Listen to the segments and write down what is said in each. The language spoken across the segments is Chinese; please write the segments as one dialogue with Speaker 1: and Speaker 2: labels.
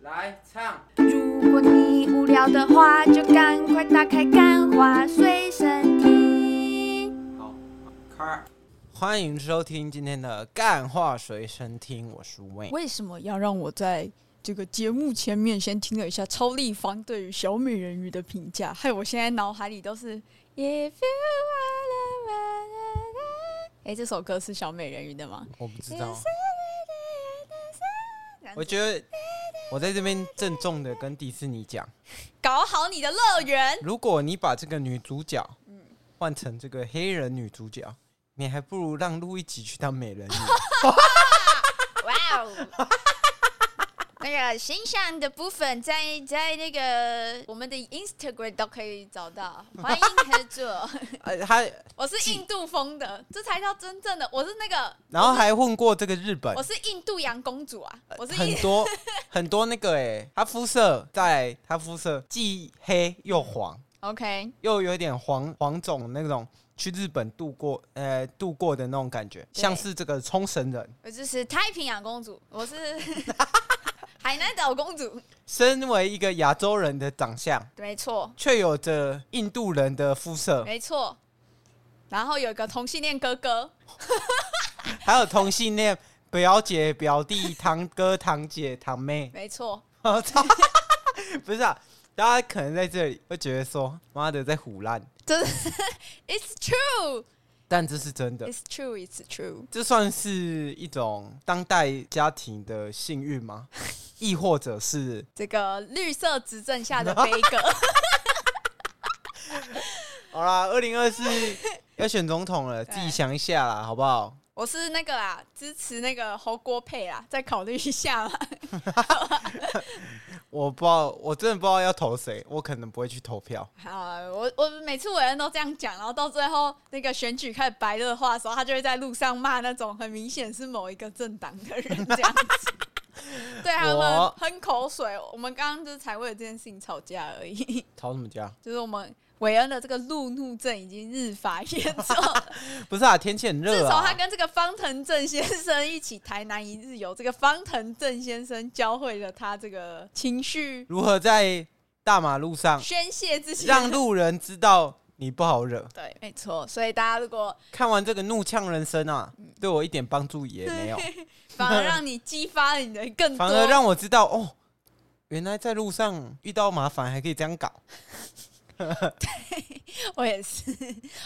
Speaker 1: 来唱，
Speaker 2: 如果你无聊的话，就赶快打开《干花随身听》。
Speaker 1: 好，开。
Speaker 3: 欢迎收听今天的《干话随身听》，我是 Wayne。
Speaker 4: 为什么要让我在这个节目前面先听了一下超立方对于小美人鱼的评价？害我现在脑海里都是 If you are the one。哎，这首歌是小美人鱼的吗？
Speaker 3: 我不知 道，我觉得我在这边郑重的跟迪士尼讲，
Speaker 4: 搞好你的乐 园，
Speaker 3: 如果你把这个女主角
Speaker 2: 嗯
Speaker 3: 换成这个黑人女主角，你还不如让路易吉去当美人鱼。
Speaker 2: 哇哦！ 那个形象的部分在在那个我们的 Instagram 都可以找到，欢迎合 作。
Speaker 3: 呃，他
Speaker 2: 我是印度风的，这才叫真正的。我是那个，
Speaker 3: 然后还混过这个日本
Speaker 2: 我，是印度洋公主啊！我是
Speaker 3: 很
Speaker 2: 印，
Speaker 3: 多 很多那个哎、他肤色在他肤色既黑又黄，
Speaker 4: OK，
Speaker 3: 又有点黄黄种那种去日本度过呃度过的那种感觉，
Speaker 2: 对
Speaker 3: 像是这个冲绳人。
Speaker 2: 我就是太平洋公主，我是海南岛公主，
Speaker 3: 身为一个亚洲人的长相，
Speaker 2: 没错，
Speaker 3: 却有着印度人的肤色，
Speaker 2: 没错。然后有一个同性恋哥哥，
Speaker 3: 还有同性恋表姐、表弟、堂哥、堂姐、堂妹。
Speaker 2: 没错，
Speaker 3: 我操！不是啊，大家可能在这里会觉得说，妈的在胡乱，
Speaker 2: 真的，It's true，It's
Speaker 3: 但这是真 的。
Speaker 2: true，It's true。
Speaker 3: 这算是一种当代家庭的幸运吗？亦或者是
Speaker 2: 这个绿色执政下的悲歌，
Speaker 3: 好啦，二零二 四要选总统了，自己
Speaker 4: 对
Speaker 3: 想一下啦，好不好？
Speaker 4: 我是那个
Speaker 2: 啊
Speaker 4: 啦，支持那个侯国配啦，再考虑一下啦。
Speaker 3: 我不知道，我真的不知道要投谁，我可能不会去投票。
Speaker 4: 好，我我每次伟恩都这样讲，然后到最后那个选举开始白热化的时候，他就会在路上骂那种很明显是某一个政党的人这样子， 对他们
Speaker 3: 我
Speaker 4: 喷口水。我们刚刚就是才为了这件事情吵架而已，
Speaker 3: 投什么家？
Speaker 4: 就是我们韦恩的这个路怒症已经日发 严重了。
Speaker 3: 不是啊，天气很
Speaker 4: 自
Speaker 3: 热
Speaker 4: 从他
Speaker 3: 啊。
Speaker 4: 跟这个方腾正先生一起台南一日游，这个方腾正先生教会了他这个情绪
Speaker 3: 如何在大马路 上
Speaker 4: 宣泄自己的，
Speaker 3: 让路人知道你不好惹？
Speaker 4: 对，没错。所以大家如果
Speaker 3: 看完这个《怒呛人生》啊，
Speaker 4: 嗯
Speaker 3: 对我一点帮助也没有，
Speaker 4: 反而让你激发了你的更多，
Speaker 3: 反而让我知道哦，原来在路上遇到麻烦还可以这样搞。
Speaker 4: 我也是。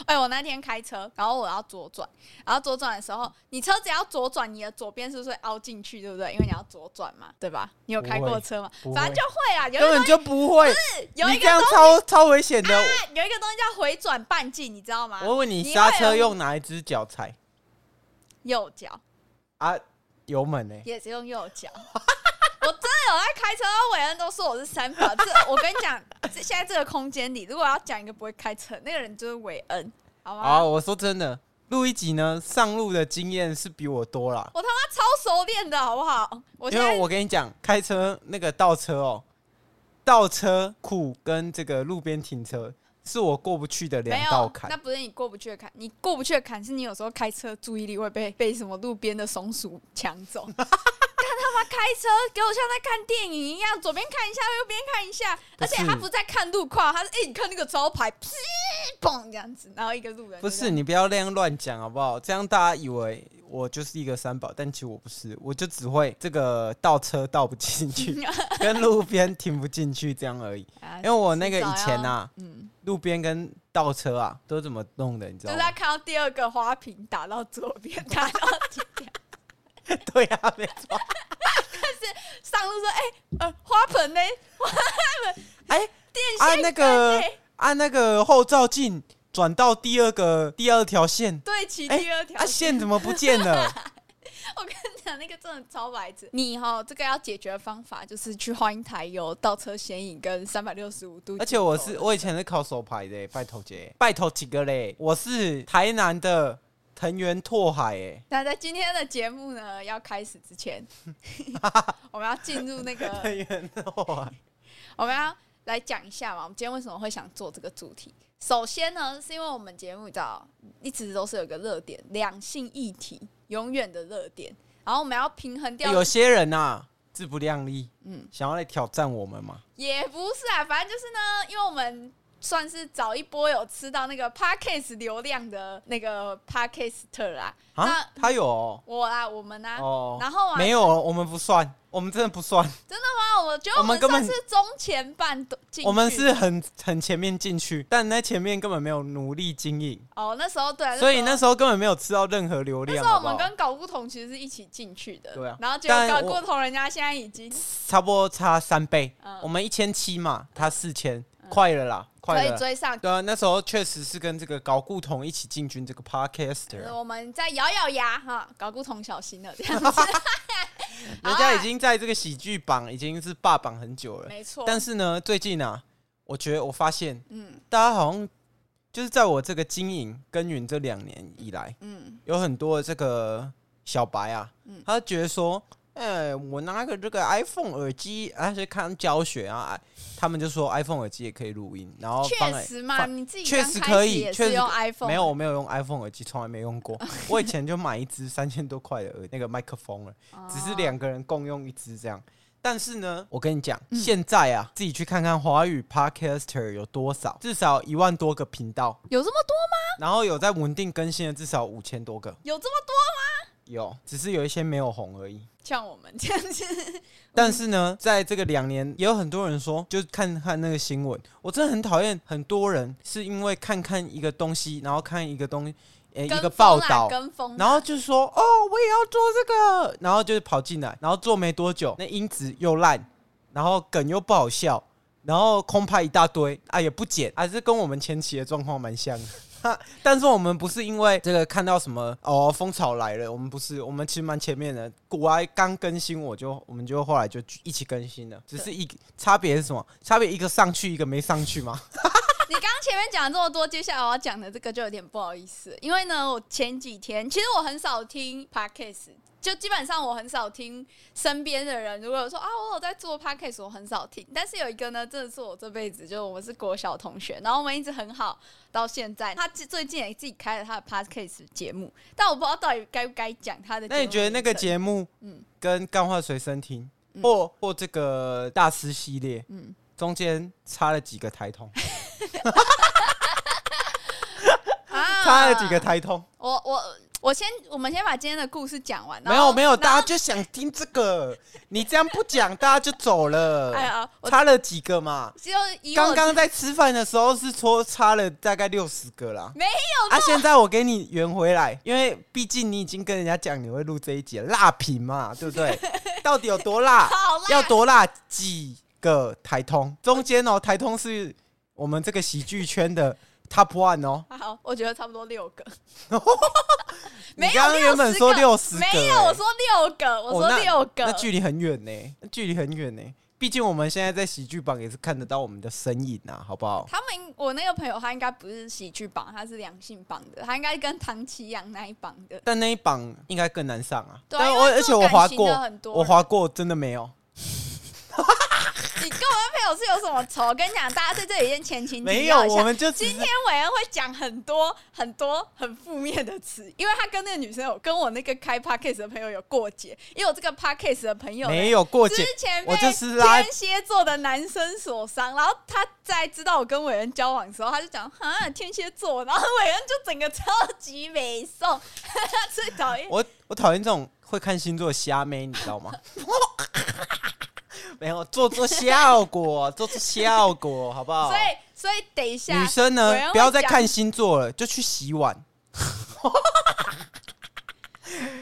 Speaker 4: 哎，我那天开车，然后我要左转，然后左转的时候，你车子要左转，你的左边是不是会凹进去，对不对？因为你要左转嘛，对吧？你有开
Speaker 3: 不会
Speaker 4: 过车吗
Speaker 3: 不？
Speaker 4: 反正就会啊，有
Speaker 3: 根
Speaker 4: 一
Speaker 3: 本就不会，
Speaker 4: 有
Speaker 3: 你
Speaker 4: 一
Speaker 3: 这
Speaker 4: 个
Speaker 3: 样
Speaker 4: 东
Speaker 3: 超超危险的。
Speaker 4: 有一个东西叫回转半径，你知道吗？
Speaker 3: 我问你，
Speaker 4: 啊你
Speaker 3: 刹
Speaker 4: 会
Speaker 3: 车
Speaker 4: 有
Speaker 3: 用哪一只脚踩
Speaker 4: 右脚
Speaker 3: 啊？油门呢、
Speaker 4: 也是用右脚。 我真的有在开车，韦恩都说我是三宝。这我跟你讲，这现在这个空间里，如果要讲一个不会开车，那个人就是韦恩，好吗？
Speaker 3: 啊，我说真的，录一集呢，上路的经验是比我多啦。
Speaker 4: 我他妈超熟练的好不好？我
Speaker 3: 因
Speaker 4: 现
Speaker 3: 为
Speaker 4: 在
Speaker 3: 我跟你讲，开车那个倒车哦，倒车库跟这个路边停车是我过不去的
Speaker 4: 没
Speaker 3: 两道
Speaker 4: 有，
Speaker 3: 坎
Speaker 4: 那。不是你过不去的坎，你过不去的坎是你有时候开车注意力会被被什么路边的松鼠抢走。 看他妈开车给我像在看电影一样，左边看一下，右边看一下，
Speaker 3: 不
Speaker 4: 而
Speaker 3: 是
Speaker 4: 且他不在看路况，他是哎、你看那个招牌，噗嘣这样子，然后一个路人
Speaker 3: 不
Speaker 4: 就这
Speaker 3: 是
Speaker 4: 样
Speaker 3: 你不要那样乱讲好不好？这样大家以为我就是一个三宝，但其实我不是，我就只会这个倒车倒不进 去，跟路边停不进去这样而已。
Speaker 4: 啊
Speaker 3: 因为我那个以前
Speaker 4: 迟早要
Speaker 3: 啊，
Speaker 4: 嗯，
Speaker 3: 路边跟倒车啊都怎么弄的，你知
Speaker 4: 就
Speaker 3: 道
Speaker 4: 是
Speaker 3: 吗？
Speaker 4: 他看到第二个花瓶打到左边，打到 底边
Speaker 3: 对啊，没 错。
Speaker 4: 上路说哎、呃花盆呢？
Speaker 3: 哎、
Speaker 4: 电
Speaker 3: 按
Speaker 4: 线
Speaker 3: 那
Speaker 4: 杆
Speaker 3: 个
Speaker 4: 呢
Speaker 3: 按那个后照镜转到第二个第二条线，
Speaker 4: 对齐
Speaker 3: 哎
Speaker 4: 第二条
Speaker 3: 啊线怎么不见 了？
Speaker 4: 我跟你讲，那个真的超白痴。你哈、这个要解决的方法就是去换一台有倒车显影跟三百六十五度镜头的。
Speaker 3: 而且我是我以前是考手牌的，拜托姐，拜托几个嘞！我是台南的藤原拓海，哎，
Speaker 4: 那在今天的节目呢，要开始之前， 我们要进入那 个，
Speaker 3: 藤原拓海，
Speaker 4: 我们要来讲一下嘛，我们今天为什么会想做这个主题？首先呢，是因为我们节目到一直都是有个热 点，两性议题永远的热点，然后我们要平衡掉
Speaker 3: 有些人呐、啊，自不量力，
Speaker 5: 嗯，
Speaker 3: 想要来挑战我们嘛？
Speaker 4: 也不是啊，反正就是呢，因为我们算是早一波有吃到那个 podcast 流量的那个 podcaster 啦。
Speaker 3: 啊
Speaker 4: 那，
Speaker 3: 他有哦，
Speaker 4: 我啊，我们啊，
Speaker 3: 哦
Speaker 4: 然后啊，
Speaker 3: 没有哦，我们不算，我们真的不算，
Speaker 4: 啊，我觉得
Speaker 3: 我
Speaker 4: 我
Speaker 3: 们
Speaker 4: 们
Speaker 3: 根本
Speaker 4: 算是中前半段进去，
Speaker 3: 我们是很很前面进去，但那前面根本没有努力经营，
Speaker 4: 哦，那时候对啊，
Speaker 3: 所以那
Speaker 4: 那
Speaker 3: 时候根本没有吃到任何流
Speaker 4: 那时
Speaker 3: 量，
Speaker 4: 候
Speaker 3: 好
Speaker 4: 我
Speaker 3: 不好
Speaker 4: 们？跟搞不同其实是一起进去的，
Speaker 3: 对啊
Speaker 4: 然后结
Speaker 3: 但
Speaker 4: 果搞
Speaker 3: 我
Speaker 4: 不同人家现在已经
Speaker 3: 差不多差三倍，
Speaker 4: 嗯
Speaker 3: 我们一千七嘛，他四千，快了啦，
Speaker 4: 可
Speaker 3: 快
Speaker 4: 以
Speaker 3: 了啦。
Speaker 4: 追上。
Speaker 3: 对啊，那时候确实是跟这个搞固同一起进军这个 podcaster，啊
Speaker 4: 我们再咬咬牙哈，搞不同小心了这 样，好啊
Speaker 3: 人家已经在这个喜剧榜已经是霸榜很久了。
Speaker 4: 没错。
Speaker 3: 但
Speaker 4: 是
Speaker 3: 是呢，最近啊，我觉得我发现
Speaker 4: 嗯
Speaker 3: 大家好像就是在我这个经营耕耘这两年以来，
Speaker 4: 嗯，
Speaker 3: 有很多的这个小白啊，
Speaker 4: 嗯
Speaker 3: 他觉得说，呃，我拿个这个 iPhone 耳机，而且看教学啊，哎他们就说 iPhone 耳机也可以录音，然后哦放
Speaker 4: 确
Speaker 3: 在
Speaker 4: 实嘛，
Speaker 3: 放
Speaker 4: 你自己
Speaker 3: 确
Speaker 4: 刚
Speaker 3: 实
Speaker 4: 开
Speaker 3: 可
Speaker 4: 始
Speaker 3: 以
Speaker 4: 也
Speaker 3: 确
Speaker 4: 是
Speaker 3: 实
Speaker 4: 用
Speaker 3: 可
Speaker 4: iPhone，
Speaker 3: 没有，我没有用 iPhone 耳机，从来没用 过。我以前就买一支三千多块的耳那个麦克风了，
Speaker 4: 哦
Speaker 3: 只是两个人共用一支这样。但是呢，我跟你讲，
Speaker 4: 嗯
Speaker 3: 现在啊，自己去看看华语 Podcaster 有多少，至少一万多个频道，
Speaker 4: 有这么多吗？
Speaker 3: 然后有在稳定更新的至少五千多个，
Speaker 4: 有这么多吗？
Speaker 3: 有，只是有一些没有红而已。
Speaker 4: 像我们这样子，
Speaker 3: 但是呢，在这个两年，也有很多人说，就看看那个新闻，我真的很讨厌很多人是因为看看一个东西，然后看一个东西，呃、一
Speaker 4: 跟
Speaker 3: 个
Speaker 4: 风
Speaker 3: 报
Speaker 4: 啊啦
Speaker 3: 道。
Speaker 4: 跟风啦，
Speaker 3: 然后就说哦，我也要做这个，然后就是跑进来，然后做没多久，那音质又烂，然后梗又不好笑，然后空拍一大堆啊，也不剪啊，这跟我们前期的状况蛮像的。 哈但是我们不是因为这个看到什么哦风潮来了，我们不是，我们其实蛮前面的。古埃刚更新，我就我们就后来就一起更新了，只是一差别是什么？差别一个上去，一个没上去嘛。
Speaker 4: 你刚刚前面讲了这么多，接下来我要讲的这个就有点不好意思，因为呢，我前几天其实我很少听 podcast，就基本上我很少听身边的人如果有说啊，我有在做 podcast，我很少听。但是有一个呢，真的是我这辈子就是我们是国小同学，然后我们一直很好到现在。他最最近也自己开了他的 podcast 节目，但我不知道到底该不该讲他的。
Speaker 3: 那你觉得那个？节目，
Speaker 5: 嗯
Speaker 3: 跟《干话随身听》
Speaker 5: 嗯
Speaker 3: 或或这个大师系列，
Speaker 5: 嗯
Speaker 3: 中间差了几个台通，
Speaker 4: 啊
Speaker 3: 差了几个？台通，
Speaker 4: 我我我先，我们先把今天的故事讲完。然
Speaker 3: 没
Speaker 4: 后
Speaker 3: 有没有，大家就想听这个，你这样不讲，大家就走
Speaker 4: 哎
Speaker 3: 了，
Speaker 4: 呀，我
Speaker 3: 差了几个嘛。
Speaker 4: 只有以
Speaker 3: 刚
Speaker 4: 我
Speaker 3: 刚在吃饭的时候是说差了大概六十个啦，
Speaker 4: 没有
Speaker 3: 啊，现在我给你圆回来，因为毕竟你已经跟人家讲你会录这一集了，辣评 嘛，对不对？到底有多辣？
Speaker 4: 好啦，
Speaker 3: 要多辣几个台通？中间哦，台通是我们这个喜剧圈的 top one 哦。
Speaker 4: 好，我觉得差不多六个，
Speaker 3: 你
Speaker 4: 没有
Speaker 3: 刚刚原本说六十，欸哎
Speaker 4: 没有，我说六个，我
Speaker 3: 哦
Speaker 4: 说
Speaker 3: 那
Speaker 4: 六个，
Speaker 3: 那距离很远呢，那距离很远呢。毕竟我们现在在喜剧榜也是看得到我们的身影啊，好不好？
Speaker 4: 他们我那个朋友他应该不是喜剧榜，他是良性榜的，他应该跟唐奇阳那一榜的。
Speaker 3: 但那一榜应该更难上啊。
Speaker 4: 对啊
Speaker 3: 但
Speaker 4: 因
Speaker 3: 我
Speaker 4: 为
Speaker 3: 而且我划
Speaker 4: 这种感情的
Speaker 3: 过
Speaker 4: 很，多
Speaker 3: 我划过真的没有，
Speaker 4: 你跟我那朋友是有什么仇？我跟你讲，大家对这里先前情提
Speaker 3: 没有，
Speaker 4: 要一
Speaker 3: 我
Speaker 4: 下。
Speaker 3: 们就只
Speaker 4: 今
Speaker 3: 是
Speaker 4: 天伟恩会讲很多很多很负面的词，因为他跟那个女生有跟我那个开 podcast 的朋友有过节，因为我这个 podcast 的朋友呢
Speaker 3: 没有过节
Speaker 4: 之。前被
Speaker 3: 我就是拉
Speaker 4: 天蝎座的男生所伤，然后他在知道我跟伟恩交往的时候，他就讲啊天蝎座，然后伟恩就整个超级美 送，最讨厌。
Speaker 3: 我我讨厌这种会看星座的虾妹，你知道吗？ 没有做做效果，做做效果，好不好
Speaker 4: 所？以所以等一下
Speaker 3: 哦女生
Speaker 4: 有人
Speaker 3: 呢，
Speaker 4: 会
Speaker 3: 不要再看星座了，就去洗碗。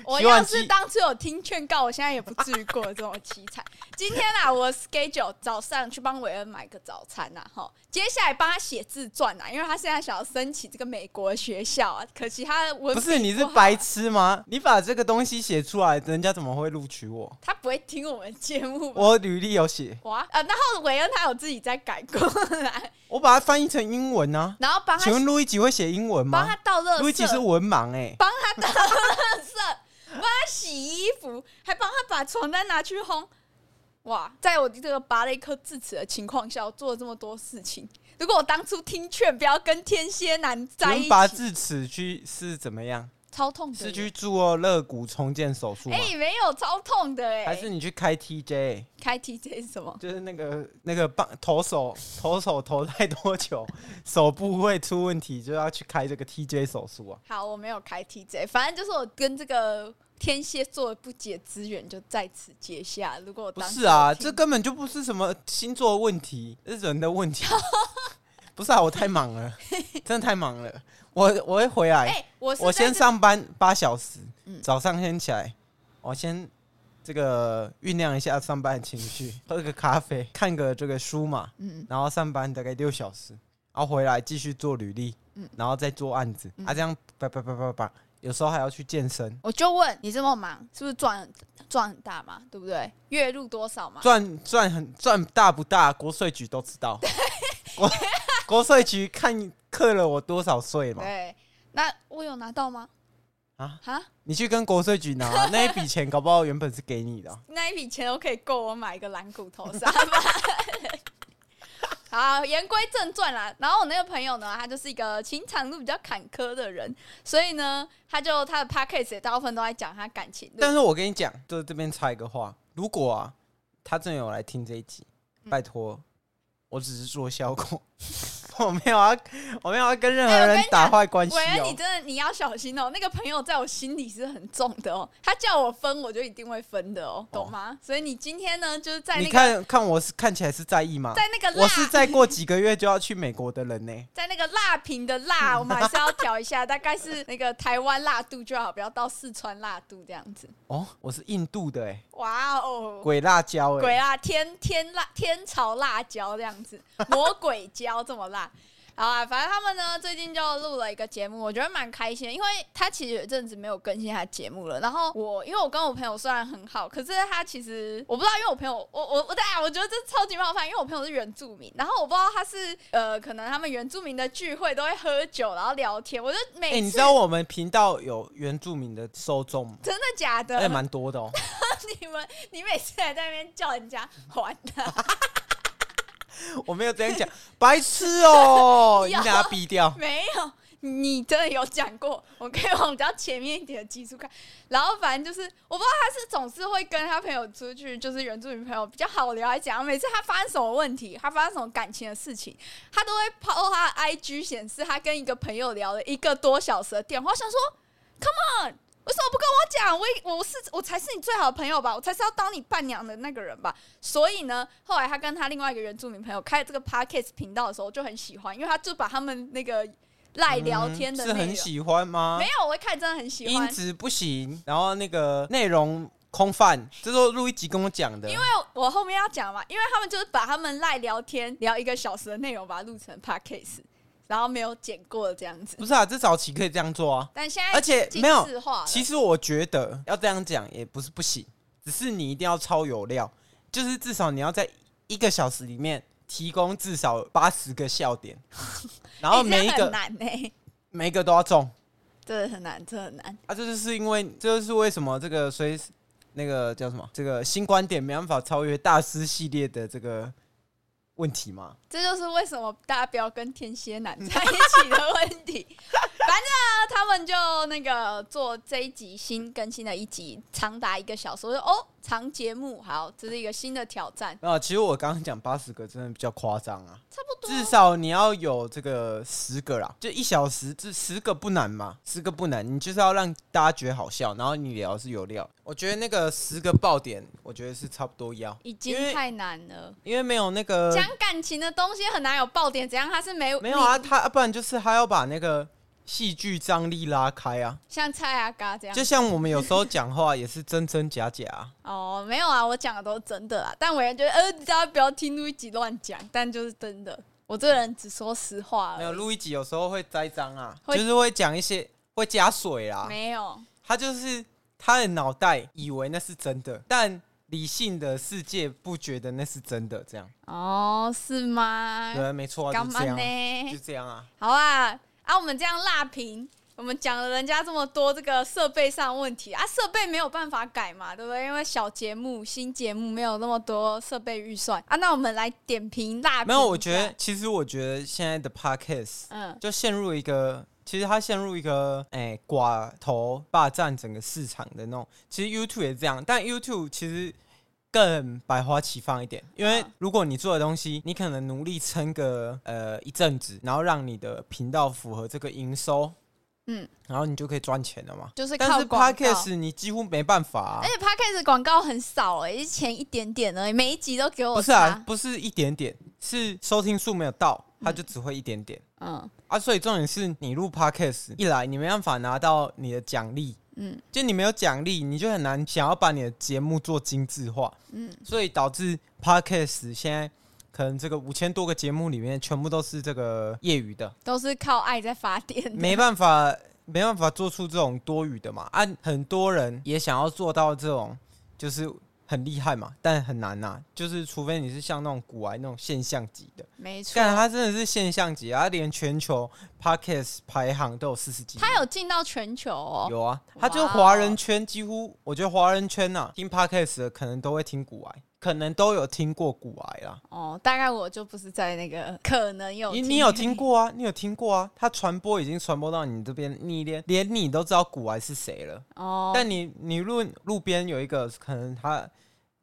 Speaker 4: 我
Speaker 3: 洗碗
Speaker 4: 要
Speaker 3: 机
Speaker 4: 是当初有听劝告，我现在也不至于过得这么凄惨。今天啊，我 schedule 早上去帮韦恩买个早餐呐、啊，哈，接下来帮他写自传呐、啊，因为他现在想要申请这个美国学校啊，可惜他的文
Speaker 3: 不
Speaker 4: 笔
Speaker 3: 是你是
Speaker 4: 好
Speaker 3: 白痴吗？你把这个东西写出来，人家怎么会录取我？
Speaker 4: 他不会听我们节目吧？
Speaker 3: 我履历有写，
Speaker 4: 哇，呃，然后韦恩他有自己在改过 来，
Speaker 3: 我把它翻译成英文啊。
Speaker 4: 然后帮他
Speaker 3: 请问录一集会写英文
Speaker 4: 帮
Speaker 3: 吗
Speaker 4: 他？倒垃
Speaker 3: 录一集是
Speaker 4: 圾，
Speaker 3: 文盲哎、
Speaker 4: 帮他倒垃圾，帮他洗衣服，还帮他把床单拿去烘。哇，在我这个拔了一颗智齿的情况下，我做了这么多事情。如果我当初听劝不要跟天蝎男在
Speaker 3: 欸，
Speaker 4: 一
Speaker 3: 文拔
Speaker 4: 起，
Speaker 3: 智齿去是怎么样？
Speaker 4: 超痛的耶。
Speaker 3: 是去做肋骨重建手术吗？
Speaker 4: 哎、没有超痛的哎、
Speaker 3: 还是你去开 TJ，
Speaker 4: 开 TJ 是什么？
Speaker 3: 就是那个那个棒投手投手投太多球，手部会出问题，就要去开这个 TJ 手术啊。
Speaker 4: 好，我没有开 TJ，反正就是我跟这个天蝎座的不解之缘就在此结下。如果我
Speaker 3: 不
Speaker 4: 当
Speaker 3: 是
Speaker 4: 时
Speaker 3: 啊，
Speaker 4: 有听
Speaker 3: 这根本就不是什么星座问题，是人的问题。 不是啊，我太忙了，真的太忙了。我我会回来，
Speaker 4: 哎、我是
Speaker 3: 我
Speaker 4: 在
Speaker 3: 先
Speaker 4: 这
Speaker 3: 上班八小时，
Speaker 4: 嗯
Speaker 3: 早上先起来，我先这个酝酿一下上班的情 绪，喝个咖啡，看个这个书嘛，
Speaker 4: 嗯
Speaker 3: 然后上班大概六小时，然后回来继续做履历，
Speaker 4: 嗯
Speaker 3: 然后再做案子，啊，这样叭叭叭叭叭，有时候还要去健身，
Speaker 4: 我就问你这么忙，是不是赚赚很大嘛？对不对？月入多少嘛？
Speaker 3: 赚赚很赚大不大，国税局都知 道，国国税局看克了我多少税嘛，
Speaker 4: 对，那我有拿到吗？
Speaker 3: 啊
Speaker 4: 啊，
Speaker 3: 你去跟国税局拿、那一笔钱，搞不好原本是给你的啊、
Speaker 4: 那一笔钱都可以够我买一个蓝骨头 沙发。 好，言归正传啦。然后我那个朋友呢，他就是一个情场路比较坎坷的人，所以呢，他就他的 p a c k a g e 大部分都在讲他感情路。
Speaker 3: 但是我跟你讲，就这边插一个话，如果啊，他真的有来听这一集，
Speaker 4: 嗯
Speaker 3: 拜托，我只是做效果， 我没有要，我没有要跟任
Speaker 4: 哎
Speaker 3: 何
Speaker 4: 我跟
Speaker 3: 人
Speaker 4: 你
Speaker 3: 打
Speaker 4: 讲
Speaker 3: 坏关系
Speaker 4: 喂，你
Speaker 3: 哦。
Speaker 4: 真的你要小心哦、那个朋友在我心里是很重的哦、他叫我分，我就一定会分的哦、懂吗？所以你今天呢，就是在
Speaker 3: 你
Speaker 4: 那个
Speaker 3: 看看我是看起来是在意吗？
Speaker 4: 在那个
Speaker 3: 我
Speaker 4: 辣，
Speaker 3: 是再过几个月就要去美国的人呢、
Speaker 4: 在那个辣评的辣，我们还是要调一下，大概是那个台湾辣度就好，不要到四川辣度这样子。
Speaker 3: 哦，我是印度的哎、
Speaker 4: 哇哦，
Speaker 3: 鬼辣椒哎、
Speaker 4: 鬼辣天天辣天朝辣椒这样子，魔鬼椒这么辣。好啊，反正他们呢最近就录了一个节目，我觉得蛮开心的，因为他其实有一阵子没有更新他节目了。然后我因为我跟我朋友虽然很好，可是他其实我不知道，因为我朋友我我我对啊，我觉得这超级冒犯，因为我朋友是原住民，然后我不知道他是呃，可能他们原住民的聚会都会喝酒然后聊天，我就
Speaker 3: 哎、
Speaker 4: 每
Speaker 3: 你
Speaker 4: 次、
Speaker 3: 知道我们频道有原住民的受众吗？
Speaker 4: 真的假的，
Speaker 3: 哎，蛮多的哦。
Speaker 4: 你们你每次还在那边叫人家还他，啊
Speaker 3: 我没有这样讲，白痴 哦！你
Speaker 4: 有
Speaker 3: 把它逼掉。
Speaker 4: 没有，你真的有讲过，我可以往比较前面一点的技术看。然后反正就是，我不知道他是总是会跟他朋友出去，就是原住民朋友比较好聊，还是怎样。每次他发生什么问题，他发生什么感情的事情，他都会抛他的 IG 显示他跟一个朋友聊了一个多小时的电话。我想说，Come on。为什么不跟我讲？我也我是我才是你最好的朋友吧，我才是要当你伴娘的那个人吧。所以呢，后来他跟他另外一个原住民朋友开这个 podcast 频道的时候，我就很喜欢，因为他就把他们那个赖聊天的
Speaker 3: 嗯是
Speaker 4: 内
Speaker 3: 很
Speaker 4: 容
Speaker 3: 喜欢吗
Speaker 4: 没？有，我一看真的很喜
Speaker 3: 音
Speaker 4: 欢。
Speaker 3: 质不行，然后那个内容空泛，这是录一集跟我讲的。因为
Speaker 4: 我后面要讲嘛，因为他们就是把他们赖聊天聊一个小时的内容，把它录成 podcast，然后没有剪过这样子
Speaker 3: 不。是啊，这早期可以这样做啊。
Speaker 4: 但现在
Speaker 3: 而且
Speaker 4: 精
Speaker 3: 没有
Speaker 4: 致化了
Speaker 3: 其实我觉得要这样讲也不是不行，只是你一定要超有料，就是至少你要在一个小时里面提供至少八十个笑 点，然后
Speaker 4: 哎这
Speaker 3: 每一
Speaker 4: 很
Speaker 3: 个、
Speaker 4: 难呢、欸，
Speaker 3: 每一个都要中。
Speaker 4: 真的很难，真的很难。
Speaker 3: 啊，这就是因为这就是为什么这个随那个叫什么这个新观点没办法超越大师系列的这个问题嘛。
Speaker 4: 这就是为什么大家不要跟天蝎男在一起的问题。 反正呢，他们就那个做这一集新更新的一集，长达一个小时。我说哦，长节目好，这是一个新的挑战，
Speaker 3: 啊，其实我刚刚讲八十个真的比较夸张啊，
Speaker 4: 差不多。
Speaker 3: 至少你要有这个十个啦，就一小时这十个不难嘛，十个不难，你就是要让大家觉得好笑，然后你聊是有料。我觉得那个十个爆点，我觉得是差不多要，
Speaker 4: 已
Speaker 3: 因
Speaker 4: 经
Speaker 3: 为
Speaker 4: 太难了，
Speaker 3: 因为没有那个
Speaker 4: 讲感情的东西很难有爆点，怎样？他是没
Speaker 3: 没有啊，，他不然就是他要把那个戏剧张力拉开啊。
Speaker 4: 像蔡阿嘎这样
Speaker 3: 就像我们有时候讲话也是真真假假、 啊，
Speaker 4: 哦，没有啊，我讲的都是真的啊。但我也觉得，呃，大家不要听录一集乱讲，但就是真的，我这个人只说实话而已，
Speaker 3: 没有录一集有时候会栽赃啊，
Speaker 4: 呃会
Speaker 3: 就是会讲一些会加水啊啦。
Speaker 4: 没有。
Speaker 3: 他就是他的脑袋以为那是真的，但理性的世界不觉得那是真的，这样
Speaker 4: 哦，是吗？
Speaker 3: 对，没错啊，
Speaker 4: 哎干
Speaker 3: 就
Speaker 4: 嘛
Speaker 3: 这样啊，就
Speaker 4: 呢？
Speaker 3: 这样啊。
Speaker 4: 好啊，啊，我们这样辣评，我们讲了人家这么多这个设备上问题啊，设备没有办法改嘛，对不对？因为小节目、新节目没有那么多设备预算啊。那我们来点评辣评一下，
Speaker 3: 没有，我觉得其实我觉得现在的 podcast
Speaker 4: 嗯，
Speaker 3: 就陷入一个其实它陷入一个哎寡头霸占整个市场的那种。其实 YouTube 也是这样，但 YouTube 其实更百花齐放一点，因为
Speaker 4: 嗯
Speaker 3: 如果你做的东西，你可能努力撑个呃一阵子，然后让你的频道符合这个营收，
Speaker 4: 嗯，
Speaker 3: 然后你就可以赚钱了嘛。
Speaker 4: 就是
Speaker 3: 但
Speaker 4: 靠
Speaker 3: 是
Speaker 4: 广告。哎
Speaker 3: Podcast 你几乎没办法、啊
Speaker 4: 而，且 podcast 广告很少哎、欸，前一点点而已，每一集都给我
Speaker 3: 不是啊
Speaker 4: 插，
Speaker 3: 不是一点点，是收听数没有到，它就只会一点点。
Speaker 4: 嗯
Speaker 3: 啊，所以重点是你录 podcast，一来你没办法拿到你的奖励，
Speaker 4: 嗯
Speaker 3: 就你没有奖励，你就很难想要把你的节目做精致化，
Speaker 4: 嗯，
Speaker 3: 所以导致 podcast 现在可能这个五千多个节目里面，全部都是这个业余的，
Speaker 4: 都是靠爱在发电的。
Speaker 3: 没办法，没办法做出这种多余的嘛。啊，很多人也想要做到这种，就是很厉害嘛，但很难呐、就是除非你是像那种古玩那种现象级的，
Speaker 4: 没错，
Speaker 3: 但他真的是现象级啊！他连全球 podcast 排行都有四十几名，
Speaker 4: 他有进到全球、哦，
Speaker 3: 有啊，
Speaker 4: 哇
Speaker 3: 他就是华人圈几乎，我觉得华人圈呐、啊，听 podcast 的可能都会听古癌，可能都有听过古癌啦。
Speaker 4: 哦，大概我就不是在那个可能有
Speaker 3: 你你有听过啊？你有听过啊？他传播已经传播到你这边，你连连你都知道古癌是谁了。
Speaker 4: 哦？
Speaker 3: 但你你论路边有一个可能他。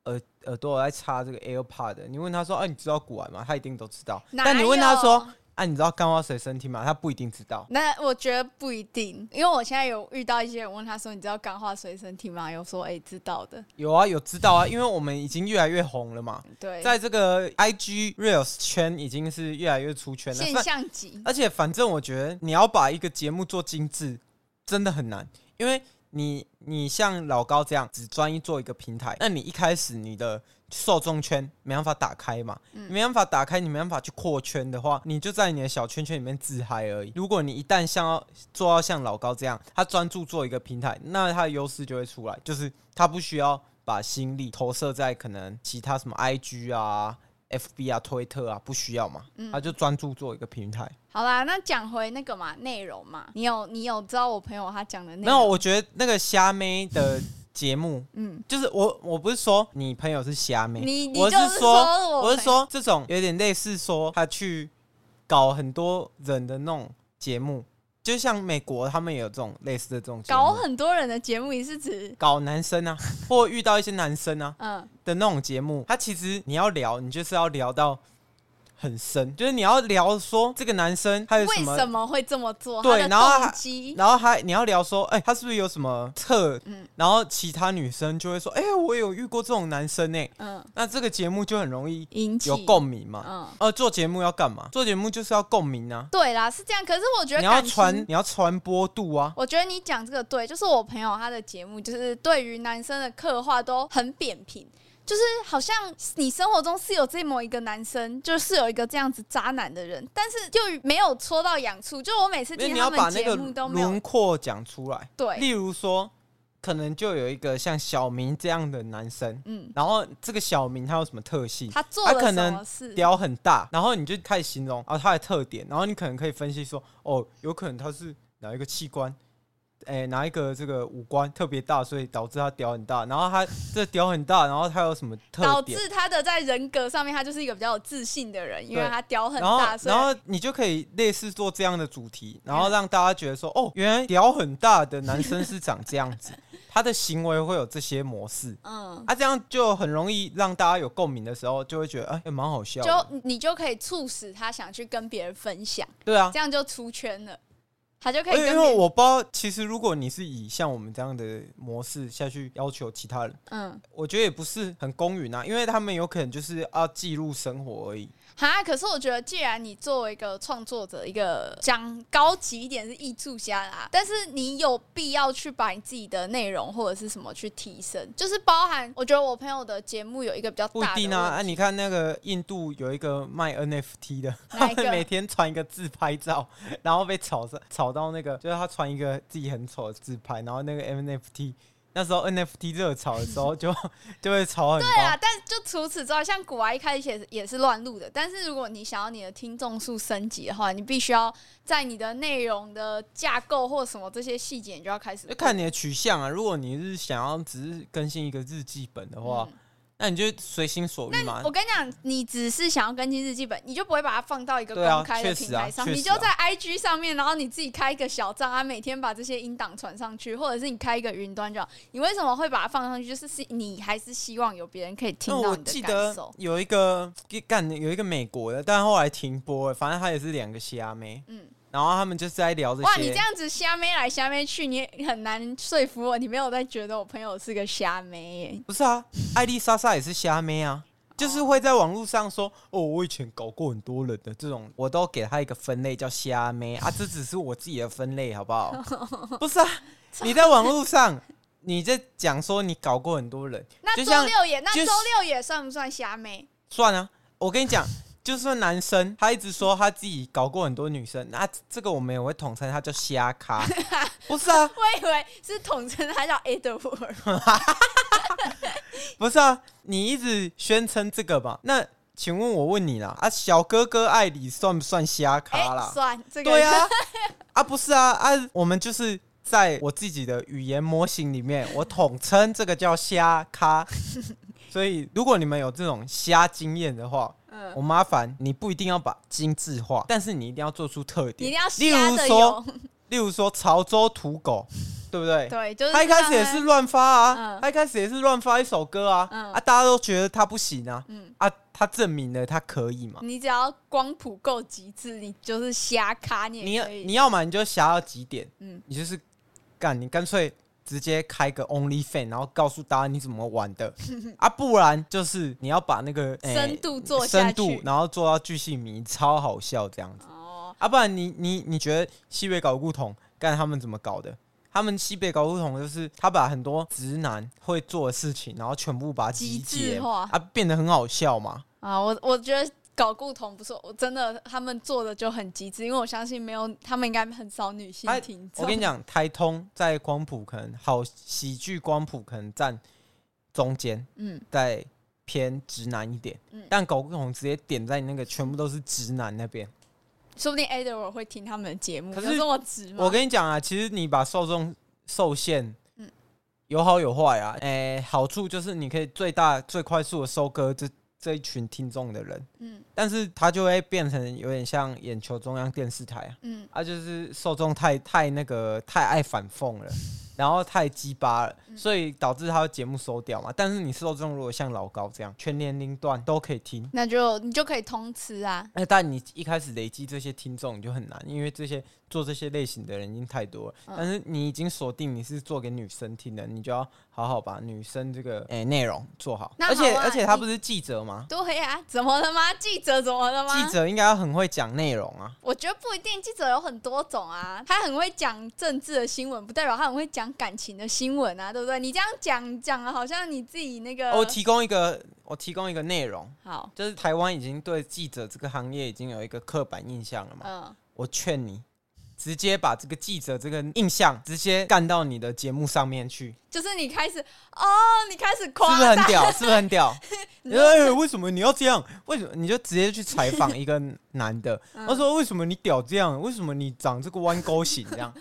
Speaker 3: 耳耳朵有在插这个 AirPod，的你问他说：“啊，你知道古玩吗？”他一定都知道。
Speaker 4: 哪
Speaker 3: 但你问他
Speaker 4: 有
Speaker 3: 说：“啊，你知道干花随身听吗？”他不一定知道。
Speaker 4: 那我觉得不一定，因为我现在有遇到一些人问他说：“你知道钢化随身听吗？”有说：“哎、知道的。
Speaker 3: 有啊，有知道啊，因为我们已经越来越红了嘛，”
Speaker 4: 对，
Speaker 3: 在这个 IG Reels 圈已经是越来越出圈了。
Speaker 4: 现
Speaker 3: 反
Speaker 4: 象级，
Speaker 3: 而且反正我觉得你要把一个节目做精致，真的很难，因为你你像老高这样只专一做一个平台，那你一开始你的受众圈没办法打开嘛，
Speaker 4: 嗯
Speaker 3: 没办法打开，你没办法去扩圈的话，你就在你的小圈圈里面自嗨而已。如果你一旦像要做到像老高这样，他专注做一个平台，那他的优势就会出来，就是他不需要把心力投射在可能其他什么 IG 啊。FB 啊，推特啊，不需要嘛，他就专注做一个平台。
Speaker 4: 好啦，那讲回那个嘛内容嘛，你有你有知道我朋友他讲的内
Speaker 3: 没有，
Speaker 4: 容？
Speaker 3: 我觉得那个虾妹的节目，
Speaker 4: 嗯，
Speaker 3: 就是我我不是说你朋友是虾妹，
Speaker 4: 你你
Speaker 3: 我
Speaker 4: 就
Speaker 3: 说，
Speaker 4: 是说
Speaker 3: 我
Speaker 4: 我
Speaker 3: 是
Speaker 4: 朋友，
Speaker 3: 说这种有点类似说他去搞很多人的那种节目，就像美国他们也有这种类似的这种节目
Speaker 4: 搞很多人的节目，你是指
Speaker 3: 搞男生啊， 或遇到一些男生啊
Speaker 4: 嗯
Speaker 3: 的那种节目，他其实你要聊，你就是要聊到很深，就是你要聊说这个男生他有
Speaker 4: 为
Speaker 3: 么
Speaker 4: 什么会这么做？
Speaker 3: 对
Speaker 4: 他
Speaker 3: 然后
Speaker 4: 的
Speaker 3: 还
Speaker 4: 动机
Speaker 3: 然后他你要聊说，哎、他是不是有什么特？
Speaker 4: 嗯
Speaker 3: 然后其他女生就会说，哎、我有遇过这种男生呢、欸
Speaker 4: 嗯
Speaker 3: 那这个节目就很容易
Speaker 4: 引起
Speaker 3: 有共鸣嘛。
Speaker 4: 嗯。
Speaker 3: 呃，做节目要干嘛？做节目就是要共鸣啊，
Speaker 4: 对啦，是这样。可是我觉得
Speaker 3: 你要
Speaker 4: 感情
Speaker 3: 传，你要传播度啊。
Speaker 4: 我觉得你讲这个对，就是我朋友他的节目，就是对于男生的刻画都很扁平，就是好像你生活中是有这么一个男生，就是有一个这样子渣男的人，但是就没有戳到痒处。就我每次
Speaker 3: 因为
Speaker 4: 听
Speaker 3: 你
Speaker 4: 他
Speaker 3: 要把
Speaker 4: 们
Speaker 3: 那
Speaker 4: 节
Speaker 3: 个
Speaker 4: 目都没有
Speaker 3: 轮廓讲出来，
Speaker 4: 对，
Speaker 3: 例如说，可能就有一个像小明这样的男生，
Speaker 4: 嗯，
Speaker 3: 然后这个小明他有什么特性？
Speaker 4: 他做
Speaker 3: 他
Speaker 4: 了
Speaker 3: 可
Speaker 4: 什
Speaker 3: 能
Speaker 4: 么事？
Speaker 3: 雕很大，然后你就开始形容啊它的特点，然后你可能可以分析说，哦，有可能它是哪一个器官，哎、哪一个这个五官特别大，所以导致它雕很大，然后它这雕很大， 然后它有什么特
Speaker 4: 导
Speaker 3: 点，
Speaker 4: 致他的在人格上面，他就是一个比较有自信的人，因为
Speaker 3: 对
Speaker 4: 他雕很
Speaker 3: 然后
Speaker 4: 大，所以
Speaker 3: 然后你就可以类似做这样的主题， 然后让大家觉得说，哦，原来雕很大的男生是长这样子， 他的行为会有这些模式。
Speaker 4: 嗯，
Speaker 3: 啊，这样就很容易让大家有共鸣的时候，就会觉得哎，蛮、好笑的。
Speaker 4: 就你就可以促使他想去跟别人分享，
Speaker 3: 对啊
Speaker 4: 这，样就出圈了，他就可以
Speaker 3: 因
Speaker 4: 跟
Speaker 3: 为因
Speaker 4: 别
Speaker 3: 为
Speaker 4: 人
Speaker 3: 我不知道，其实如果你是以像我们这样的模式下去要求其他人，
Speaker 4: 嗯。
Speaker 3: 我觉得也不是很公允啊，因为他们有可能就是要记录生活而已。
Speaker 4: 哈，可是我觉得，既然你作为一个创作者，一个讲高级一点是艺术家啦，但是你有必要去把你自己的内容或者是什么去提升，就是包含我觉得我朋友的节目有一个比较
Speaker 3: 不一
Speaker 4: 大的
Speaker 3: 定啊，
Speaker 4: 问
Speaker 3: 啊，
Speaker 4: 题
Speaker 3: 你看那个印度有一个卖 NFT 的，他
Speaker 4: 哪一
Speaker 3: 们
Speaker 4: 个
Speaker 3: 每天传一个自拍照，然后被炒上炒到那个，就是他传一个自己很丑的自拍，然后那个 NFT 那时候 NFT 热潮的时候就 就会炒很
Speaker 4: 对啊
Speaker 3: 高。，
Speaker 4: 但就除此之外，像古玩一开始也是也是乱录的，但是如果你想要你的听众数升级的话，你必须要在你的内容的架构或什么这些细节，你就要开始
Speaker 3: 就看你的取向啊，如果你是想要只是更新一个日记本的
Speaker 4: 的
Speaker 3: 话，那你就随心所欲嘛
Speaker 4: 嗯我。跟你讲，你只是想要更新日记本，你就不会把它放到一个
Speaker 3: 对啊
Speaker 4: 公开的
Speaker 3: 确实
Speaker 4: 平
Speaker 3: 啊
Speaker 4: 台上，
Speaker 3: 确
Speaker 4: 你
Speaker 3: 实
Speaker 4: 就
Speaker 3: 啊
Speaker 4: 在 IG 上面，然后你自己开一个小账啊，每天把这些音档传上去，或者是你开一个云端就好。你为什么会把它放上去？就是是你还是希望有别人可以听
Speaker 3: 那
Speaker 4: 到
Speaker 3: 我
Speaker 4: 你的
Speaker 3: 记
Speaker 4: 感
Speaker 3: 得
Speaker 4: 受。
Speaker 3: 有一个干有一个美国的，但后来停播了，反正他也是两个虾妹，
Speaker 4: 嗯，
Speaker 3: 然后他们就是在聊这
Speaker 4: 哇，你
Speaker 3: 些
Speaker 4: 这。样子瞎妹来瞎妹去，你也很难说服我。你没有在觉得我朋友是个瞎妹耶？
Speaker 3: 不是啊，艾丽莎莎也是虾妹
Speaker 4: 哦
Speaker 3: 啊，就是会在网络上说哦，我以前搞过很多人的这种，我都给她一个分类叫虾妹啊，这只是我自己的分类，好不 好？不是啊，你在网络上你在讲说你搞过很多人，
Speaker 4: 那
Speaker 3: 就
Speaker 4: 周
Speaker 3: 像
Speaker 4: 六也，那
Speaker 3: 就是
Speaker 4: 周六也算不算瞎妹？
Speaker 3: 算啊，我跟你讲，就算男生他一直说他自己搞过很多女生，那、这个我们也会统称他叫虾咖，不是啊，
Speaker 4: 我以为是统称他叫 Edward。
Speaker 3: 不是啊，你一直宣称这个吧？那请问我问你啦，啊，小哥哥爱你算不算瞎
Speaker 4: 哎、
Speaker 3: 咖啦？
Speaker 4: 算这个
Speaker 3: 对啊， 啊不是啊啊，我们就是在我自己的语言模型里面，我统称这个叫瞎 咖。所以如果你们有这种瞎经验的话，
Speaker 4: 嗯
Speaker 3: 我麻烦你不一定要把精致化，但是你一定要做出特
Speaker 4: 你一
Speaker 3: 点
Speaker 4: 定，要
Speaker 3: 例
Speaker 4: 瞎
Speaker 3: 如
Speaker 4: 的
Speaker 3: 说
Speaker 4: 有，
Speaker 3: 例如说潮州土 狗，对不对？
Speaker 4: 对，就是
Speaker 3: 欸他一开始也
Speaker 4: 让
Speaker 3: 是乱发啊，
Speaker 4: 嗯
Speaker 3: 他一开始也是乱发一首歌啊，
Speaker 4: 嗯
Speaker 3: 啊，大家都觉得他不行啊，
Speaker 4: 嗯
Speaker 3: 啊，他证明了他可以嘛
Speaker 4: 他。你只要光谱够极致，你就是瞎咖，你
Speaker 3: 你
Speaker 4: 也
Speaker 3: 要
Speaker 4: 可以
Speaker 3: 你要嘛你就想要几点，
Speaker 4: 嗯
Speaker 3: 你就是干，你干脆直接开个 Only Fan，然后告诉大家你怎么玩 的啊，不然就是你要把那个、哎
Speaker 4: 深度做下
Speaker 3: 深
Speaker 4: 去
Speaker 3: 度，然后做到巨细迷，超好笑这样子
Speaker 4: 哦，
Speaker 3: 啊，不然你你你觉得西北搞不同，干他们怎么搞的？他们西北搞不同就是他把很多直男会做的事情，然后全部把它集
Speaker 4: 极
Speaker 3: 结
Speaker 4: 致化
Speaker 3: 啊，变得很好笑嘛。
Speaker 4: 啊！我我觉得搞固同不错，我真的他们做的就很极致，因为我相信没有他们应该很少女性
Speaker 3: 哎
Speaker 4: 听众。
Speaker 3: 我跟你讲，台通在光谱可能好喜剧光谱可能占中间，
Speaker 4: 嗯，
Speaker 3: 再偏直男一点，
Speaker 4: 嗯
Speaker 3: 但搞不同直接点在那个全部都是直男那边。
Speaker 4: 说不定 Edward 会听他们的节目，
Speaker 3: 可
Speaker 4: 可
Speaker 3: 是
Speaker 4: 是我直吗？
Speaker 3: 我跟你讲啊，其实你把受众受限，
Speaker 4: 嗯
Speaker 3: 有好有坏啊。诶、好处就是你可以最大最快速的收割这这一群听众的人，
Speaker 4: 嗯
Speaker 3: 但是它就会变成有点像眼球中央电视台啊，
Speaker 4: 嗯
Speaker 3: 啊，就是受众太太那个太爱反讽 了。然后太鸡巴了，
Speaker 4: 嗯
Speaker 3: 所以导致他的节目收掉嘛。但是你受众如果像老高这样，全年龄段都可以听，
Speaker 4: 那就你就可以通吃啊。
Speaker 3: 那但你一开始累积这些听众你就很难，因为这些做这些类型的人已经太多了。
Speaker 4: 嗯
Speaker 3: 但是你已经锁定你是做给女生听的，你就要好好把女生这个诶内、容做好。
Speaker 4: 那好
Speaker 3: 而
Speaker 4: 啊
Speaker 3: 且而且他
Speaker 4: 你
Speaker 3: 不是记者吗？
Speaker 4: 对呀、啊，怎么了吗？记者怎么了吗？
Speaker 3: 记者应该要很会讲内容啊。
Speaker 4: 我觉得不一定，记者有很多种啊，他很会讲政治的新闻，不代表他很会讲感情的新闻啊，对不对？你这样讲讲啊，好像你自己那个、
Speaker 3: 哦我提供一个，我提供一个内容，
Speaker 4: 好，
Speaker 3: 就是台湾已经对记者这个行业已经有一个刻板印象了嘛。
Speaker 4: 嗯，
Speaker 3: 我劝你直接把这个记者这个印象直接干到你的节目上面去，
Speaker 4: 就是你开始哦，你开始
Speaker 3: 是
Speaker 4: 夸
Speaker 3: 不是很
Speaker 4: 大
Speaker 3: 屌？是不是很屌？
Speaker 4: 你
Speaker 3: 哎、
Speaker 4: 说
Speaker 3: 为什么你要这样？为什么你就直接去采访一个男的？
Speaker 4: 嗯
Speaker 3: 他说为什么你屌这样？为什么你长这个弯钩型这 样？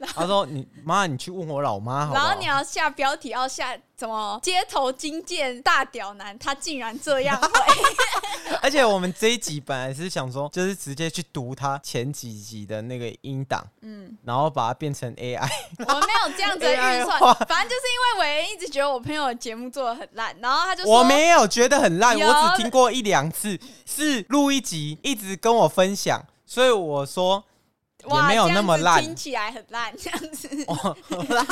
Speaker 3: 他说你妈，你去问我老妈好不
Speaker 4: 然
Speaker 3: 好
Speaker 4: 后你？要下标题，要下什么街头金剑大屌男，他竟然这 样回，
Speaker 3: 而且我们这一集本来是想说，就是直接去读他前几集的那个音档，
Speaker 4: 嗯，
Speaker 3: 然后把它变成 AI。
Speaker 4: 我没有这样子的
Speaker 3: AI
Speaker 4: 预算
Speaker 3: 化，
Speaker 4: 反正就是因为伟人一直觉得我朋友的节目做的很烂，然后他就说
Speaker 3: 我没有觉得很烂，
Speaker 4: 有
Speaker 3: 我只听过一两次，是录一集一直跟我分享，所以我说也
Speaker 4: 哇
Speaker 3: 没有那么
Speaker 4: 这样
Speaker 3: 烂。哦
Speaker 4: 子听起来很烂这样子。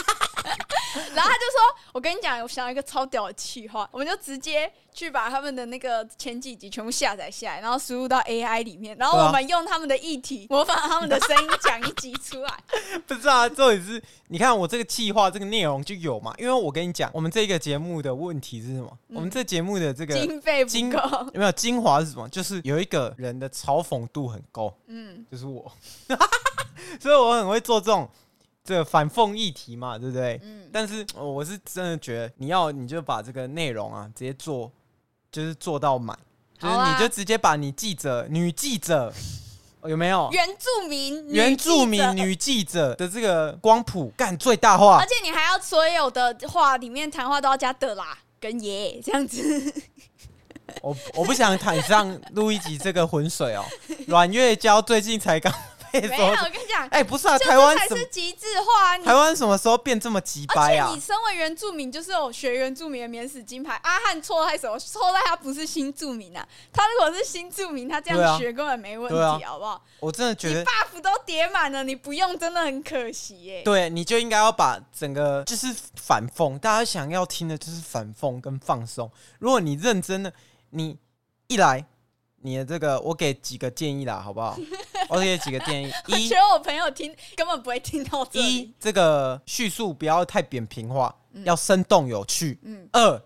Speaker 4: 然后他就说：“我跟你讲，我想到一个超屌的企划，我们就直接去把他们的那个前几集全部下载下来，然后输入到 AI 里面，然后
Speaker 3: 对啊
Speaker 4: 我们用他们的议题模仿他们的声音讲一集出来。
Speaker 3: 不是啊，重点是，你看我这个计划这个内容就有嘛，因为我跟你讲，我们这个节目的问题是什么？
Speaker 4: 嗯
Speaker 3: 我们这节目的这个有
Speaker 4: 经费
Speaker 3: 经
Speaker 4: 不够，
Speaker 3: 没有精华是什么？就是有一个人的嘲讽度很高，
Speaker 4: 嗯，
Speaker 3: 就是我， 所以我很会做这种这个反讽议题嘛，对不对？
Speaker 4: 嗯
Speaker 3: 但是呃我是真的觉得，你要你就把这个内容啊，直接做，就是做到满，就是
Speaker 4: 好啊
Speaker 3: 你就直接把你记者女记者有没有？
Speaker 4: 原住民，
Speaker 3: 原住民
Speaker 4: 女记者。”
Speaker 3: 女啊记者的这个光谱干最大化
Speaker 4: 而，且你还要所有的话里面谈话都要加的啦，跟耶这 样子。
Speaker 3: 我我不想坦上录一集这个浑水 哦。阮月娇最近才刚被
Speaker 4: 没有，
Speaker 3: 说，
Speaker 4: 我跟你讲，
Speaker 3: 哎、不是啊，
Speaker 4: 这
Speaker 3: 台湾
Speaker 4: 才
Speaker 3: 什么
Speaker 4: 是极致化。你
Speaker 3: 台湾什么时候变这么鸡
Speaker 4: 而
Speaker 3: 掰
Speaker 4: 且
Speaker 3: 啊
Speaker 4: 你？身为原住民，就是有学原住民的免死金牌。阿汉错在什么？错在他不是新住民啊！他如果是新住民，他这
Speaker 3: 对
Speaker 4: 样
Speaker 3: 啊
Speaker 4: 学根本没问
Speaker 3: 对啊
Speaker 4: 题，好不好？
Speaker 3: 我真的觉
Speaker 4: 你
Speaker 3: 得，
Speaker 4: buff 都叠满了，你不用真的很可惜耶、
Speaker 3: 对，你就应该要把整个就是反讽，大家想要听的就是反讽跟放松。如果你认真的，你一来，你的这个我给几个建议啦，好不好？我给几个建 议，
Speaker 4: 我
Speaker 3: 一
Speaker 4: 觉。得我朋友听根本不会听到这
Speaker 3: 一
Speaker 4: 里。
Speaker 3: 这个叙述不要太扁平化，要生动有趣。
Speaker 4: 嗯
Speaker 3: 二，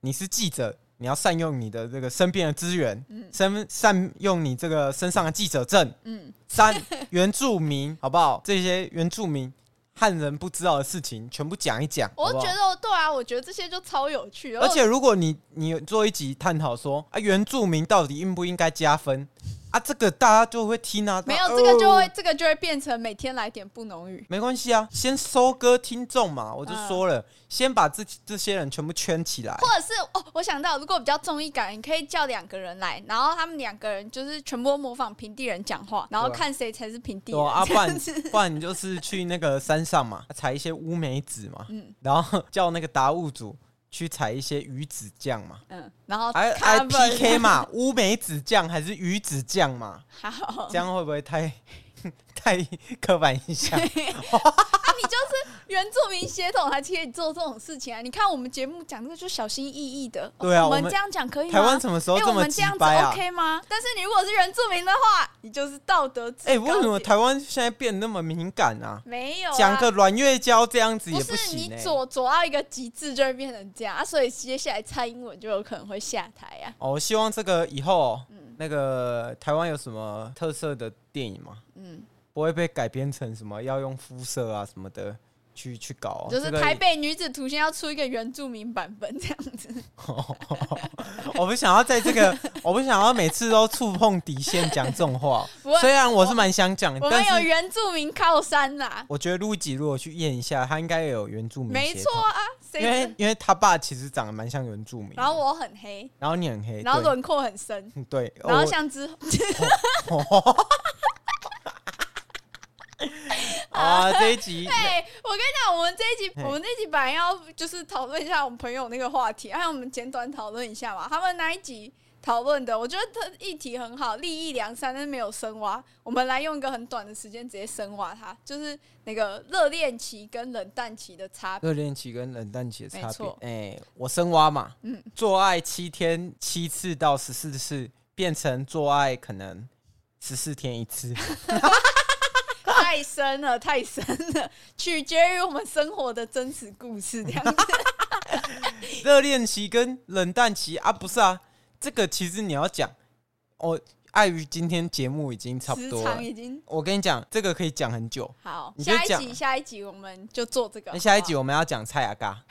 Speaker 3: 你是记者，你要善用你的这个身边的资源，善善用你这个身上的记者证。
Speaker 4: 嗯，
Speaker 3: 三，原住民 好不好？这些原住民汉人不知道的事情，全部讲一讲，
Speaker 4: 我
Speaker 3: 好不好
Speaker 4: 就觉得对啊，我觉得这些就超有趣，
Speaker 3: 而且如果你你做一集探讨说啊，原住民到底应不应该加分啊，这个大家就会听啊。
Speaker 4: 没有
Speaker 3: 啊
Speaker 4: 这个就
Speaker 3: 哦
Speaker 4: 会、这个就会变成每天来点不浓语。
Speaker 3: 没关系啊，先收割听众
Speaker 4: 嗯
Speaker 3: 嘛，我就说了，先把这这些人全部圈起 来。
Speaker 4: 或者是哦，我想到，如果比较综艺感，你可以叫两个人来，然后他们两个人就是全部模仿平地人讲话，然后
Speaker 3: 对啊
Speaker 4: 看谁才是平地
Speaker 3: 对
Speaker 4: 人。
Speaker 3: 啊，啊不
Speaker 4: 这
Speaker 3: 然
Speaker 4: 样子
Speaker 3: 不然你就是去那个山上嘛，采一些乌梅子嘛，
Speaker 4: 嗯
Speaker 3: 然后叫那个达悟组去采一些鱼子酱嘛，
Speaker 4: 嗯，然后
Speaker 3: 还还
Speaker 4: cover
Speaker 3: PK 嘛，乌梅子酱还是鱼子酱嘛，
Speaker 4: 好，
Speaker 3: 这样会不会太 太刻板印 象？
Speaker 4: 啊你就是原住民血统，还可以做这种事情啊！你看我们节目讲这个就小心翼翼的，哦
Speaker 3: 对啊
Speaker 4: 我
Speaker 3: 我
Speaker 4: 们
Speaker 3: 们
Speaker 4: 这样讲可以吗？
Speaker 3: 台湾什么时候
Speaker 4: 哎
Speaker 3: 这
Speaker 4: 我
Speaker 3: 么
Speaker 4: 们
Speaker 3: 鸡
Speaker 4: 这样子
Speaker 3: 掰啊？
Speaker 4: OK 吗？但是你如果是原住民的话，你就是道德制高
Speaker 3: 哎、
Speaker 4: 点。
Speaker 3: 为什么台湾现在变得那么敏感啊？
Speaker 4: 没有啊
Speaker 3: 讲个阮月娇这样子也
Speaker 4: 不是
Speaker 3: 行
Speaker 4: 你
Speaker 3: 哎、
Speaker 4: 左左到一个极致就会变成这样啊，所以接下来蔡英文就有可能会下台啊。
Speaker 3: 哦，我希望这个以后哦、
Speaker 4: 嗯
Speaker 3: 那个台湾有什么特色的电影吗？
Speaker 4: 嗯，
Speaker 3: 不会被改编成什么要用肤色啊什么的去去搞哦、
Speaker 4: 就是
Speaker 3: 这个
Speaker 4: 台北女子图先要出一个原住民版本这样子。
Speaker 3: 我不想要在这个， 我不想要每次都触碰底线讲这种话
Speaker 4: 不会。
Speaker 3: 虽然我是蛮想讲，
Speaker 4: 我
Speaker 3: 哎但
Speaker 4: 们有
Speaker 3: 是
Speaker 4: 原住民靠山啦，
Speaker 3: 我觉得陆吉如果去验一下，他应该也有原住民
Speaker 4: 没
Speaker 3: 血
Speaker 4: 错
Speaker 3: 统，
Speaker 4: 啊，
Speaker 3: 因
Speaker 4: 谁
Speaker 3: 为
Speaker 4: 知？
Speaker 3: 因为他爸其实长得蛮像原住民的。
Speaker 4: 然后我很黑，
Speaker 3: 然后你很黑，
Speaker 4: 然后
Speaker 3: 哎对
Speaker 4: 轮廓很深，
Speaker 3: 嗯对，
Speaker 4: 然后
Speaker 3: 我
Speaker 4: 像 之后
Speaker 3: 啊这一 集
Speaker 4: 对，我跟你讲，我们这一集，
Speaker 3: 嘿
Speaker 4: 我们这一集本来要就是讨论一下我们朋友那个话题，还有我们简短讨论一下嘛。他们那一集讨论的，我觉得他议题很好，利益良善，但是没有深挖。我们来用一个很短的时间直接深挖它，就是那个热恋期跟冷淡期的差别。
Speaker 3: 热恋期跟冷淡期的差
Speaker 4: 没
Speaker 3: 别
Speaker 4: 错。
Speaker 3: 哎、我深挖嘛，
Speaker 4: 嗯
Speaker 3: 做爱七天七次到十四次，变成做爱可能十四天一 次。
Speaker 4: 太深了，太深了，取决于我们生活的真实故事这样子。
Speaker 3: 热恋期跟冷淡期啊，不是啊，这个其实你要讲，我、碍于今天节目已经 差不
Speaker 4: 时
Speaker 3: 多了
Speaker 4: 长，已经
Speaker 3: 我跟你讲，这个可以讲很久。
Speaker 4: 好，
Speaker 3: 你就
Speaker 4: 下一
Speaker 3: 讲
Speaker 4: 集，下一集我们就做这个。
Speaker 3: 那下一
Speaker 4: 好不好啊
Speaker 3: 集我们要讲蔡雅嘎，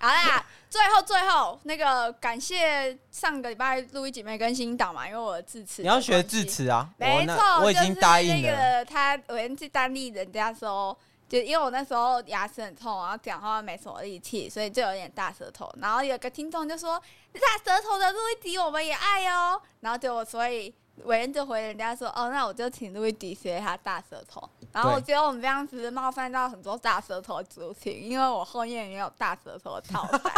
Speaker 4: 好啦，最后最后那个感谢上个礼拜录一集没更新档嘛，因为我的智齿
Speaker 3: 你要学
Speaker 4: 的关系
Speaker 3: 智，齿啊，我
Speaker 4: 没
Speaker 3: 那
Speaker 4: 错，
Speaker 3: 我已经答应
Speaker 4: 就
Speaker 3: 了。
Speaker 4: 是那个他，我先去当地人家说。就因为我那时候牙齿很痛，然后讲话没什么力气，所以就有点大舌头。然后有个听众就说：“大舌头的录一集我们也爱哦。”然后结果所以伟人就回人家说：“哦，那我就请录一集学他大舌头。”然后我觉得我们这样子冒犯到很多大舌头的族群，因为我后面也有大舌头的 套餐。，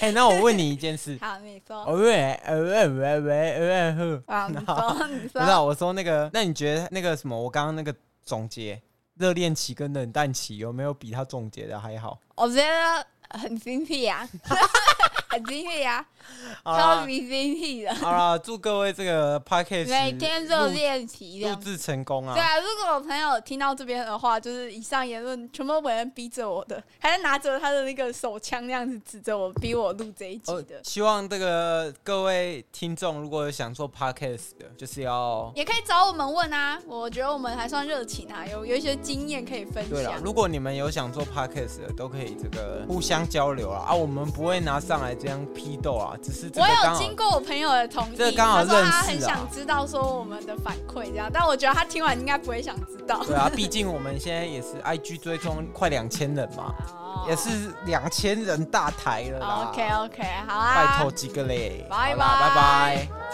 Speaker 3: 哎、那我问你一件事
Speaker 4: 好，你说。
Speaker 3: 哦喂，呃喂喂喂喂哦呵，
Speaker 4: 啊，你说，你
Speaker 3: 不知道
Speaker 4: 说，
Speaker 3: 我说那个，那你觉得那个什么，我刚刚那个总结，热恋期跟冷淡期有没有比他总结的还好？
Speaker 4: 我觉得很精辟呀， 很精辟啊呀，
Speaker 3: 好
Speaker 4: 超
Speaker 3: 啦，
Speaker 4: 级精辟的，
Speaker 3: 好啦，祝各位这个 podcast
Speaker 4: 每天都练习这
Speaker 3: 录录
Speaker 4: 样。
Speaker 3: 制成功
Speaker 4: 对
Speaker 3: 啊！
Speaker 4: 啊，如果我朋友听到这边的话，就是以上言论全部都有人逼着我的，还是拿着他的那个手枪那样子指着我，逼我录这一集
Speaker 3: 哦
Speaker 4: 的，。
Speaker 3: 希望这个各位听众，如果有想做 podcast 的，就是要
Speaker 4: 也可以找我们问啊，我觉得我们还算热情啊，有有一些经验可以分
Speaker 3: 对了
Speaker 4: 享。。
Speaker 3: 如果你们有想做 podcast 的，都可以这个互相交流啊！啊，我们不会拿上上来这样批斗啊，只是这
Speaker 4: 我
Speaker 3: 个刚
Speaker 4: 有
Speaker 3: 好
Speaker 4: 经过我朋友的同意，
Speaker 3: 这个刚好
Speaker 4: 他说
Speaker 3: 认识
Speaker 4: 他
Speaker 3: 啊
Speaker 4: 很想知道说我们的反馈这样，但我觉得他听完应该不会想知道。
Speaker 3: 对啊，毕竟我们现在也是 IG 追踪快两千人嘛，
Speaker 4: 哦
Speaker 3: 也是两千人大台了啦。
Speaker 4: OK OK，好啊，
Speaker 3: 拜托几个嘞，
Speaker 4: 拜
Speaker 3: 好啦拜
Speaker 4: 拜
Speaker 3: 拜。